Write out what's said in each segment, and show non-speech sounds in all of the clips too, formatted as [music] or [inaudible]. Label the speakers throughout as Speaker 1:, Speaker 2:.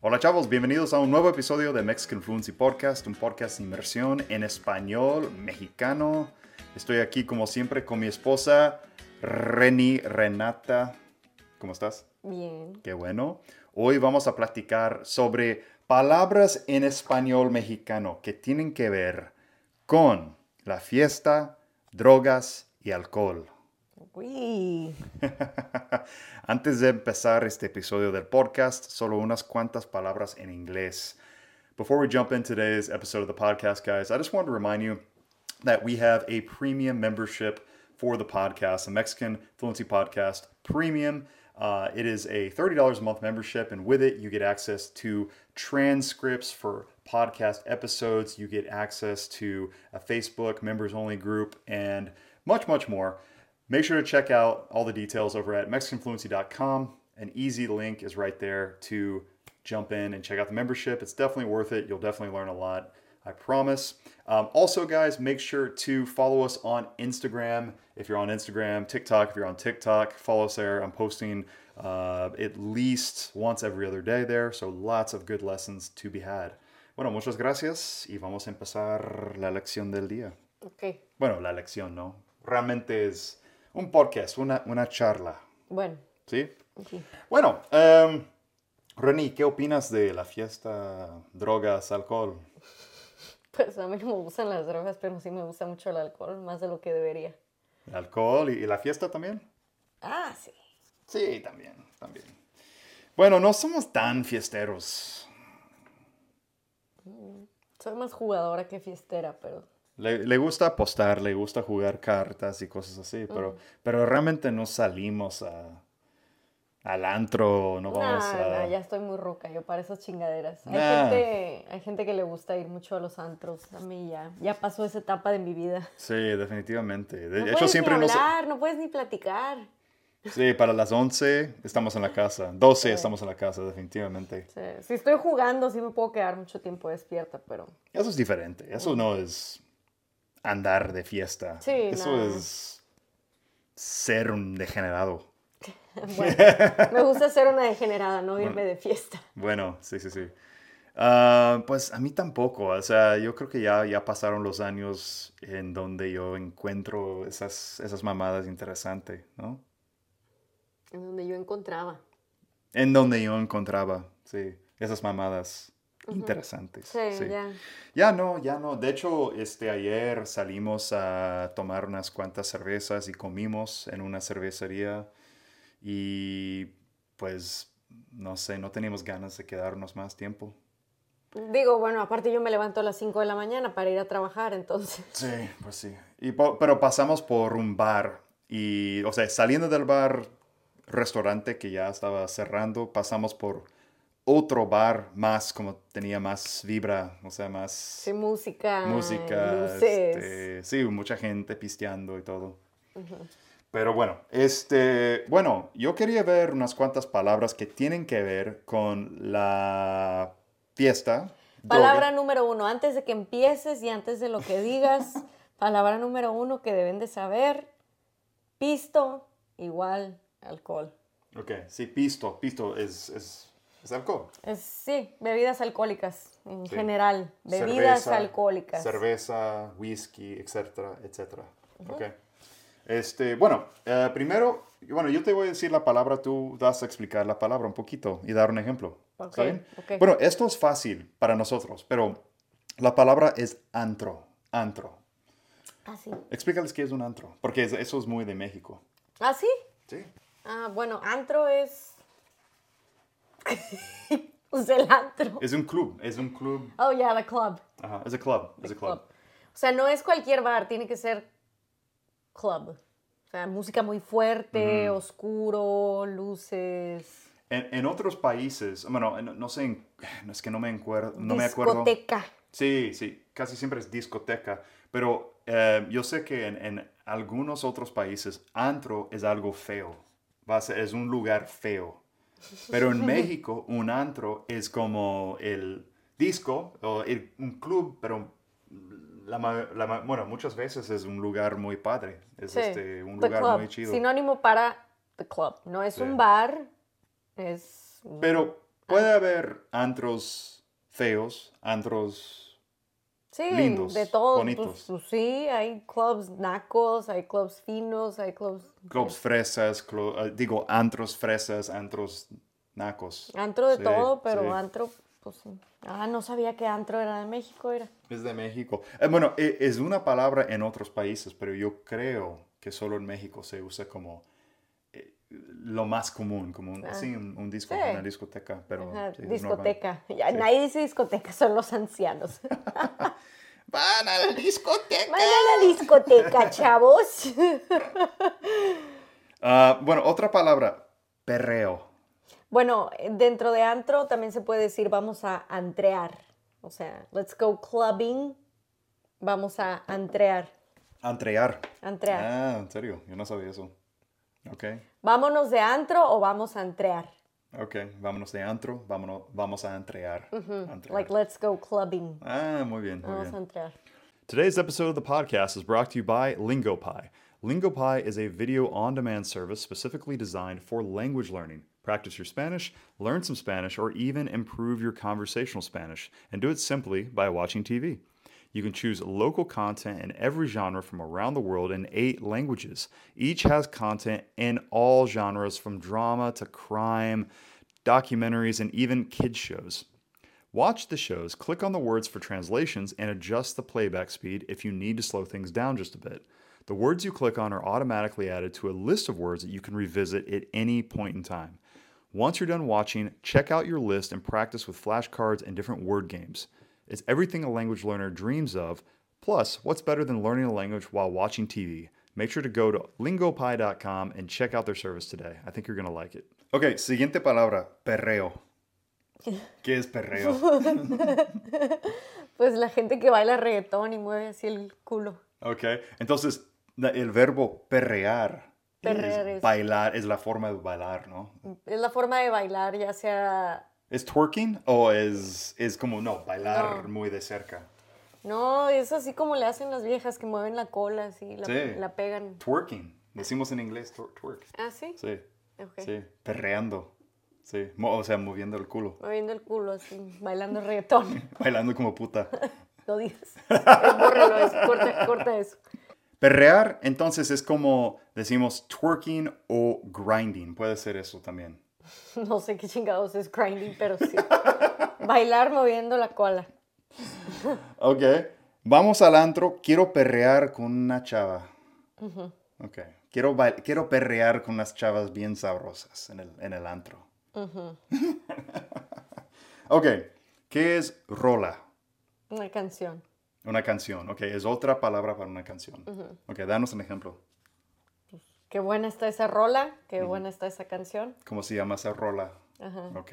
Speaker 1: Hola chavos, bienvenidos a un nuevo episodio de Mexican Fluency Podcast, un podcast de inmersión en español mexicano. Estoy aquí como siempre con mi esposa Reni Renata. ¿Cómo estás?
Speaker 2: Bien.
Speaker 1: Qué bueno. Hoy vamos a platicar sobre palabras en español mexicano que tienen que ver con la fiesta, drogas y alcohol.
Speaker 2: Uy.
Speaker 1: Antes de empezar este episodio del podcast, solo unas cuantas palabras en inglés. Before we jump in today's episode of the podcast, guys, I just want to remind you that we have a premium membership for the podcast, the Mexican Fluency Podcast Premium. Uh, it is a $30 a month membership, and with it, you get access to transcripts for podcast episodes. You get access to a Facebook members only group and much, much more. Make sure to check out all the details over at MexicanFluency.com. An easy link is right there to jump in and check out the membership. It's definitely worth it. You'll definitely learn a lot, I promise. Um, also, guys, make sure to follow us on Instagram if you're on Instagram, TikTok if you're on TikTok, follow us there. I'm posting uh, at least once every other day there, so lots of good lessons to be had. Bueno, muchas gracias y vamos a empezar la lección del día.
Speaker 2: Ok.
Speaker 1: Bueno, la lección, ¿no? Realmente es un podcast, una, una charla,
Speaker 2: Bueno.
Speaker 1: ¿sí?
Speaker 2: Sí.
Speaker 1: Bueno, em, Reni, ¿qué opinas de la fiesta, drogas, alcohol?
Speaker 2: Pues a mí no me gustan las drogas, pero sí me gusta mucho el alcohol, más de lo que debería.
Speaker 1: ¿Alcohol y, y la fiesta también?
Speaker 2: Ah, sí.
Speaker 1: Sí, también, también. Bueno, no somos tan fiesteros.
Speaker 2: Soy más jugadora que fiestera, pero
Speaker 1: Le, le gusta apostar, le gusta jugar cartas y cosas así, pero, pero realmente no salimos a, al antro, no vamos
Speaker 2: Nah,
Speaker 1: a...
Speaker 2: nah, ya estoy muy roca yo para esas chingaderas. Hay,
Speaker 1: Nah.
Speaker 2: gente, hay gente que le gusta ir mucho a los antros. A mí ya, ya pasó esa etapa de mi vida.
Speaker 1: Sí, definitivamente. De
Speaker 2: No
Speaker 1: hecho,
Speaker 2: puedes
Speaker 1: siempre
Speaker 2: ni
Speaker 1: nos...
Speaker 2: hablar, no puedes ni platicar.
Speaker 1: Sí, para las 11 estamos en la casa. 12 estamos en la casa, definitivamente.
Speaker 2: Sí, si estoy jugando, sí me puedo quedar mucho tiempo despierta, pero [laughs]
Speaker 1: Eso es diferente. Eso no es andar de fiesta.
Speaker 2: Sí,
Speaker 1: Eso
Speaker 2: no.
Speaker 1: es ser un degenerado. [laughs]
Speaker 2: bueno, me gusta ser una degenerada, no irme de fiesta.
Speaker 1: Bueno, sí, sí, sí. Ah, pues a mí tampoco. O sea, yo creo que ya, ya pasaron los años en donde yo encuentro esas, esas mamadas interesantes, ¿no?
Speaker 2: En donde yo encontraba.
Speaker 1: En donde yo encontraba, sí, esas mamadas interesantes.
Speaker 2: Sí, ya.
Speaker 1: Ya no, ya no. De hecho, este, ayer salimos a tomar unas cuantas cervezas y comimos en una cervecería y pues, no sé, no teníamos ganas de quedarnos más tiempo.
Speaker 2: Digo, bueno, aparte yo me levanto a las 5 de la mañana para ir a trabajar, entonces. [laughs]
Speaker 1: Sí, pues sí. Y po- pero pasamos por un bar y, o sea, saliendo del bar, restaurante que ya estaba cerrando, pasamos por otro bar más, como tenía más vibra, o sea, más...
Speaker 2: Sí, música,
Speaker 1: música,
Speaker 2: luces.
Speaker 1: este, sí, mucha gente pisteando y todo. Pero bueno, este, bueno, yo quería ver unas cuantas palabras que tienen que ver con la fiesta.
Speaker 2: Palabra
Speaker 1: droga.
Speaker 2: número uno, antes de que empieces y antes de lo
Speaker 1: [laughs]
Speaker 2: que digas, palabra número uno que deben de saber, pisto igual alcohol.
Speaker 1: Ok, sí, pisto, pisto es, es, es alcohol.
Speaker 2: Es, sí, bebidas alcohólicas en
Speaker 1: Sí.
Speaker 2: general, bebidas
Speaker 1: Cerveza,
Speaker 2: alcohólicas.
Speaker 1: Cerveza, whisky, etcétera, etcétera. Ok. Este, bueno, eh, primero, bueno, yo te voy a decir la palabra, tú vas a explicar la palabra un poquito y dar un ejemplo. ¿Está
Speaker 2: Ok,
Speaker 1: bien?
Speaker 2: ok.
Speaker 1: Bueno, esto es fácil para nosotros, pero la palabra es antro, antro.
Speaker 2: ¿Ah, sí?
Speaker 1: Explícales qué es un antro, porque es- eso es muy de México.
Speaker 2: ¿Ah, sí?
Speaker 1: Sí.
Speaker 2: Ah, bueno, antro es... [laughs] pues el antro.
Speaker 1: Es un club, es un club,
Speaker 2: Oh, yeah, the club.
Speaker 1: ajá, es a club, es a club.
Speaker 2: club. O sea, no es cualquier bar, tiene que ser club. O sea, música muy fuerte, oscuro, luces.
Speaker 1: En, en otros países, bueno, en- no sé, en- es que no me, encuer- no me acuerdo.
Speaker 2: discoteca.
Speaker 1: Sí, sí, casi siempre es discoteca, pero eh, yo sé que en, en algunos otros países antro es algo feo, va a ser- es un lugar feo, pero
Speaker 2: [laughs]
Speaker 1: en México un antro es como el disco o el- un club, pero la, ma- la ma- bueno, muchas veces es un lugar muy padre, es
Speaker 2: Sí,
Speaker 1: este, un
Speaker 2: the
Speaker 1: lugar
Speaker 2: club.
Speaker 1: muy chido,
Speaker 2: Sinónimo para the club. No es
Speaker 1: Sí.
Speaker 2: un bar, es.
Speaker 1: pero Puede haber antros feos, antros.
Speaker 2: Sí,
Speaker 1: Lindos,
Speaker 2: de todo.
Speaker 1: bonitos.
Speaker 2: pues, pues, sí, hay clubs nacos, hay clubs finos, hay clubs...
Speaker 1: Clubs fresas, clo- eh, digo, antros fresas, antros nacos.
Speaker 2: Antro de
Speaker 1: Sí,
Speaker 2: todo, pero
Speaker 1: sí.
Speaker 2: antro, pues sí. Ah, no sabía que antro era de México, era.
Speaker 1: Es de México. Eh, bueno, e- es una palabra en otros países, pero yo creo que solo en México se usa como eh, lo más común, como un,
Speaker 2: Ah.
Speaker 1: sí, un, un disco,
Speaker 2: Sí.
Speaker 1: una discoteca, pero
Speaker 2: Ajá,
Speaker 1: sí, es
Speaker 2: discoteca. Ya,
Speaker 1: Sí.
Speaker 2: Nadie dice discoteca, son los ancianos.
Speaker 1: [laughs] normal. Van a la discoteca.
Speaker 2: Vayan a la discoteca, chavos. [laughs]
Speaker 1: Ah, bueno, otra palabra, perreo.
Speaker 2: bueno, dentro de antro también se puede decir vamos a antrear. O sea, let's go clubbing. Vamos a antrear.
Speaker 1: Antrear.
Speaker 2: Antrear.
Speaker 1: Ah, en serio, yo no sabía eso. Ok,
Speaker 2: Vámonos de antro o vamos a antrear.
Speaker 1: ok, vámonos de antro, vámonos, vamos a entrear. Antrear.
Speaker 2: Like, let's go clubbing.
Speaker 1: Ah, muy bien, muy
Speaker 2: Vamos
Speaker 1: Ah. bien.
Speaker 2: a antrear.
Speaker 1: Today's episode of the podcast is brought to you by LingoPie. LingoPie is a video on demand service specifically designed for language learning. Practice your Spanish, learn some Spanish, or even improve your conversational Spanish, and do it simply by watching TV. You can choose local content in every genre from around the world in eight languages. Each has content in all genres from drama to crime, documentaries, and even kids' shows. Watch the shows, click on the words for translations, and adjust the playback speed if you need to slow things down just a bit. The words you click on are automatically added to a list of words that you can revisit at any point in time. Once you're done watching, check out your list and practice with flashcards and different word games. It's everything a language learner dreams of. Plus, what's better than learning a language while watching TV? Make sure to go to lingopie.com and check out their service today. I think you're going to like it. Okay, siguiente palabra, perreo. ¿Qué es perreo?
Speaker 2: Pues la gente que baila reggaetón y mueve así el culo.
Speaker 1: Ok, entonces la- el verbo perrear,
Speaker 2: Perrear
Speaker 1: es
Speaker 2: es-
Speaker 1: bailar, es la forma de bailar, ¿no?
Speaker 2: Es la forma de bailar, ya sea
Speaker 1: ¿Es twerking o es, es como, no, bailar muy de cerca?
Speaker 2: No, es así como le hacen las viejas que mueven la cola, así, la,
Speaker 1: Sí.
Speaker 2: la pegan.
Speaker 1: Twerking, decimos en inglés twer- twerk.
Speaker 2: ¿Ah, sí?
Speaker 1: Sí,
Speaker 2: Ok.
Speaker 1: sí, perreando, sí, mo- o sea, moviendo el culo,
Speaker 2: Moviendo el culo, así, bailando
Speaker 1: [laughs]
Speaker 2: reggaetón.
Speaker 1: bailando como puta.
Speaker 2: No digas. Bórralo eso, corta, corta eso.
Speaker 1: Perrear, entonces, es como decimos twerking o grinding, puede ser eso también.
Speaker 2: No sé qué chingados es grinding, pero sí. Bailar moviendo la cola.
Speaker 1: Ok, vamos al antro. Quiero perrear con una chava. Ok, quiero, bail- quiero perrear con unas chavas bien sabrosas en el, en el antro. [laughs] ok, ¿qué es rola?
Speaker 2: Una canción.
Speaker 1: Una canción, ok, es otra palabra para una canción. Ok, danos un ejemplo.
Speaker 2: Qué buena está esa rola, qué buena está esa canción. [laughs]
Speaker 1: ¿Cómo se llama esa rola? Ok.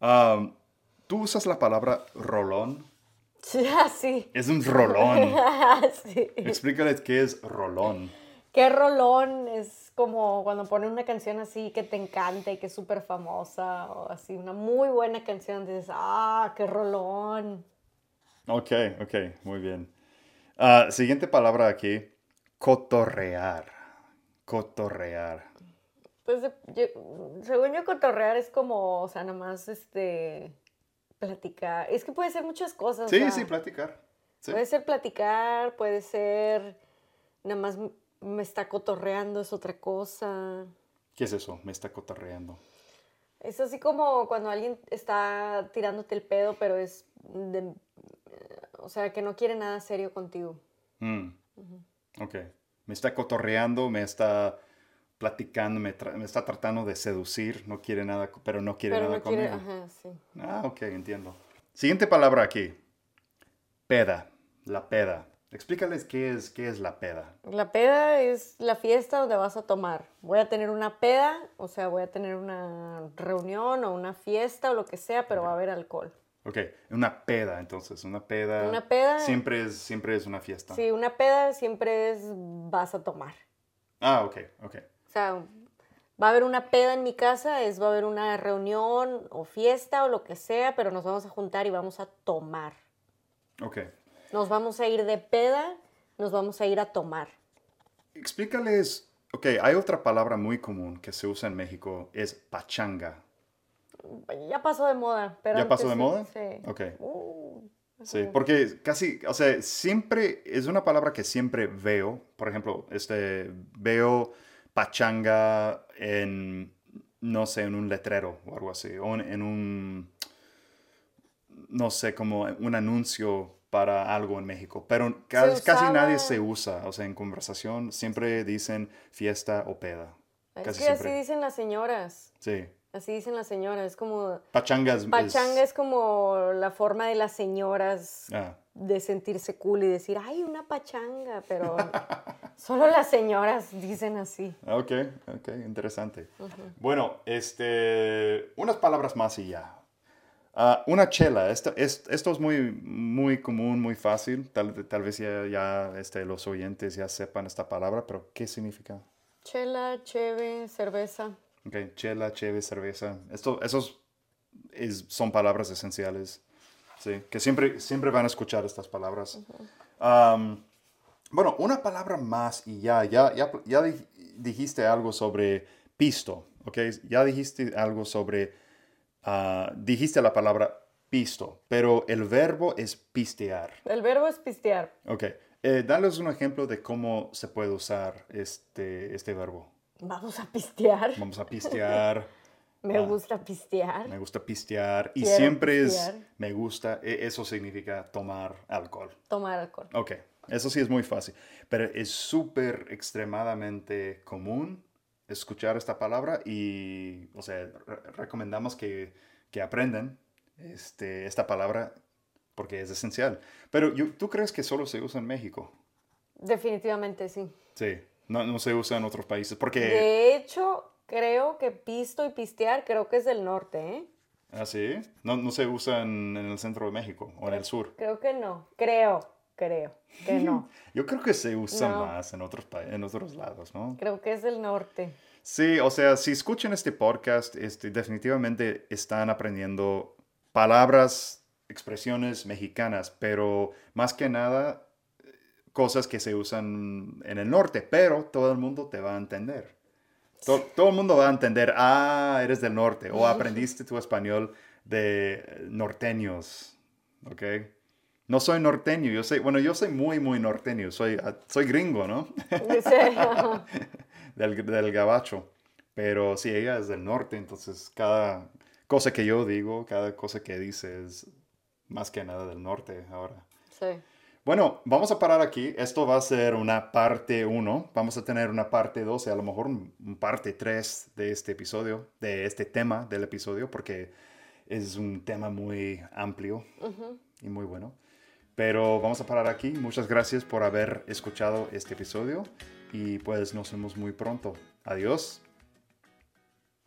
Speaker 1: Um, ¿Tú usas la palabra rolón?
Speaker 2: Sí, así.
Speaker 1: Es un
Speaker 2: [laughs]
Speaker 1: rolón.
Speaker 2: Así.
Speaker 1: Explícales qué es rolón.
Speaker 2: Qué rolón es como cuando ponen una canción así que te encanta y que es súper famosa o así, una muy buena canción, dices, ah, qué rolón.
Speaker 1: Ok, ok, muy bien. Ah, siguiente palabra aquí, cotorrear. Cotorrear.
Speaker 2: Pues de- yo- según yo cotorrear es como, o sea, nomás este, platicar. Es que puede ser muchas cosas. o
Speaker 1: Sí,
Speaker 2: sea, pues
Speaker 1: sí, platicar. Sí.
Speaker 2: Puede ser platicar, puede ser, nada más m- me está cotorreando, es otra cosa.
Speaker 1: ¿Qué es eso? Me está cotorreando.
Speaker 2: Es así como cuando alguien está tirándote el pedo, pero es de- eh, o sea, que no quiere nada serio contigo.
Speaker 1: Mm. Ok. Me está cotorreando, me está platicando, me, tra- me está tratando de seducir, no quiere nada, co- pero no quiere
Speaker 2: pero
Speaker 1: nada
Speaker 2: no quiere,
Speaker 1: conmigo.
Speaker 2: ajá, sí.
Speaker 1: Ah, ok, entiendo. Siguiente palabra aquí, peda, la peda. Explícales qué es, qué es la peda.
Speaker 2: La peda es la fiesta donde vas a tomar. Voy a tener una peda, o sea, voy a tener una reunión o una fiesta o lo que sea, pero va a haber alcohol.
Speaker 1: Ok, una peda, entonces, una peda.
Speaker 2: Una peda.
Speaker 1: Siempre es, siempre es una fiesta.
Speaker 2: Sí, una peda siempre es vas a tomar.
Speaker 1: Ah, ok, ok.
Speaker 2: O sea, va a haber una peda en mi casa, es va a haber una reunión o fiesta o lo que sea, pero nos vamos a juntar y vamos a tomar.
Speaker 1: Ok.
Speaker 2: Nos vamos a ir de peda, nos vamos a ir a tomar.
Speaker 1: Explícales. Ok, hay otra palabra muy común que se usa en México, es pachanga.
Speaker 2: ya pasó de moda. Pero
Speaker 1: ¿Ya
Speaker 2: antes
Speaker 1: pasó de
Speaker 2: sí,
Speaker 1: moda?
Speaker 2: Sí.
Speaker 1: Ok.
Speaker 2: Uh,
Speaker 1: Sí, porque casi, o sea, siempre es una palabra que siempre veo. Por ejemplo, este, veo pachanga en, no sé, en un letrero o algo así, o en, en un, no sé, como un anuncio para algo en México. Pero ca-
Speaker 2: Se
Speaker 1: casi nadie
Speaker 2: usaba-
Speaker 1: se usa, o sea, en conversación siempre dicen fiesta o peda.
Speaker 2: es que
Speaker 1: casi
Speaker 2: así
Speaker 1: siempre.
Speaker 2: dicen las señoras.
Speaker 1: Sí,
Speaker 2: Así dicen las señoras. Es como.
Speaker 1: pachanga es... es-
Speaker 2: Pachanga es como la forma de las señoras
Speaker 1: ah,
Speaker 2: de sentirse cool y decir, ay, una pachanga,
Speaker 1: [laughs]
Speaker 2: pero solo las señoras dicen así.
Speaker 1: Ok, ok, interesante. Bueno, este, unas palabras más y ya. Ah, una chela, esto, es- esto es muy, muy común, muy fácil. Tal, tal vez ya, ya, este, los oyentes ya sepan esta palabra, pero ¿qué significa?
Speaker 2: Chela, cheve, cerveza.
Speaker 1: Ok, chela, cheve, cerveza. Esto, esos es- son palabras esenciales. Sí, que siempre, siempre van a escuchar estas palabras. Am, bueno, una palabra más y ya, ya, ya, ya di- dijiste algo sobre pisto, ¿ok? Ya dijiste algo sobre, ah, dijiste la palabra pisto, pero el verbo es pistear,
Speaker 2: El verbo es pistear.
Speaker 1: ¿ok? Eh, dales un ejemplo de cómo se puede usar este, este verbo.
Speaker 2: Vamos a pistear.
Speaker 1: Vamos a pistear.
Speaker 2: Me
Speaker 1: Ah.
Speaker 2: gusta pistear.
Speaker 1: Me gusta pistear. Y
Speaker 2: Quiero
Speaker 1: siempre es,
Speaker 2: pistear.
Speaker 1: me gusta, e- eso significa tomar alcohol.
Speaker 2: Tomar alcohol.
Speaker 1: Ok, eso sí es muy fácil. Pero es súper extremadamente común escuchar esta palabra y, o sea, re- recomendamos que, que aprendan este, esta palabra porque es esencial. Pero yo- ¿tú crees que solo se usa en México?
Speaker 2: Definitivamente sí.
Speaker 1: Sí, no, no se usa en otros países porque...
Speaker 2: De hecho, creo que pisto y pistear creo que es del norte, ¿eh?
Speaker 1: ¿Ah, sí? No, no se usa en- en el centro de México o en el sur.
Speaker 2: Creo que no. Creo, creo
Speaker 1: [laughs]
Speaker 2: que no.
Speaker 1: Yo creo que se usa
Speaker 2: No.
Speaker 1: más en otros, pa- en otros lados, ¿no?
Speaker 2: Creo que es del norte.
Speaker 1: Sí, o sea, si escuchan este podcast, este, definitivamente están aprendiendo palabras, expresiones mexicanas, pero más que nada eh, cosas que se usan en el norte, pero todo el mundo te va a entender. To- todo el mundo va a entender, ah, eres del norte, o aprendiste tu español de eh, norteños, ¿ok? No soy norteño, yo soy, bueno, yo soy muy, muy norteño, soy, ah, soy gringo, ¿no?
Speaker 2: Dice,
Speaker 1: del, del gabacho. Pero si ella es del norte, entonces cada cosa que yo digo, cada cosa que dice es más que nada del norte ahora.
Speaker 2: [laughs] sí.
Speaker 1: Bueno, vamos a parar aquí. Esto va a ser una parte 1. Vamos a tener una parte 2 y a lo mejor un un parte 3 de este episodio, de este tema del episodio, porque es un tema muy amplio
Speaker 2: Ujú.
Speaker 1: y muy bueno. Pero vamos a parar aquí. Muchas gracias por haber escuchado este episodio y pues nos vemos muy pronto. Adiós.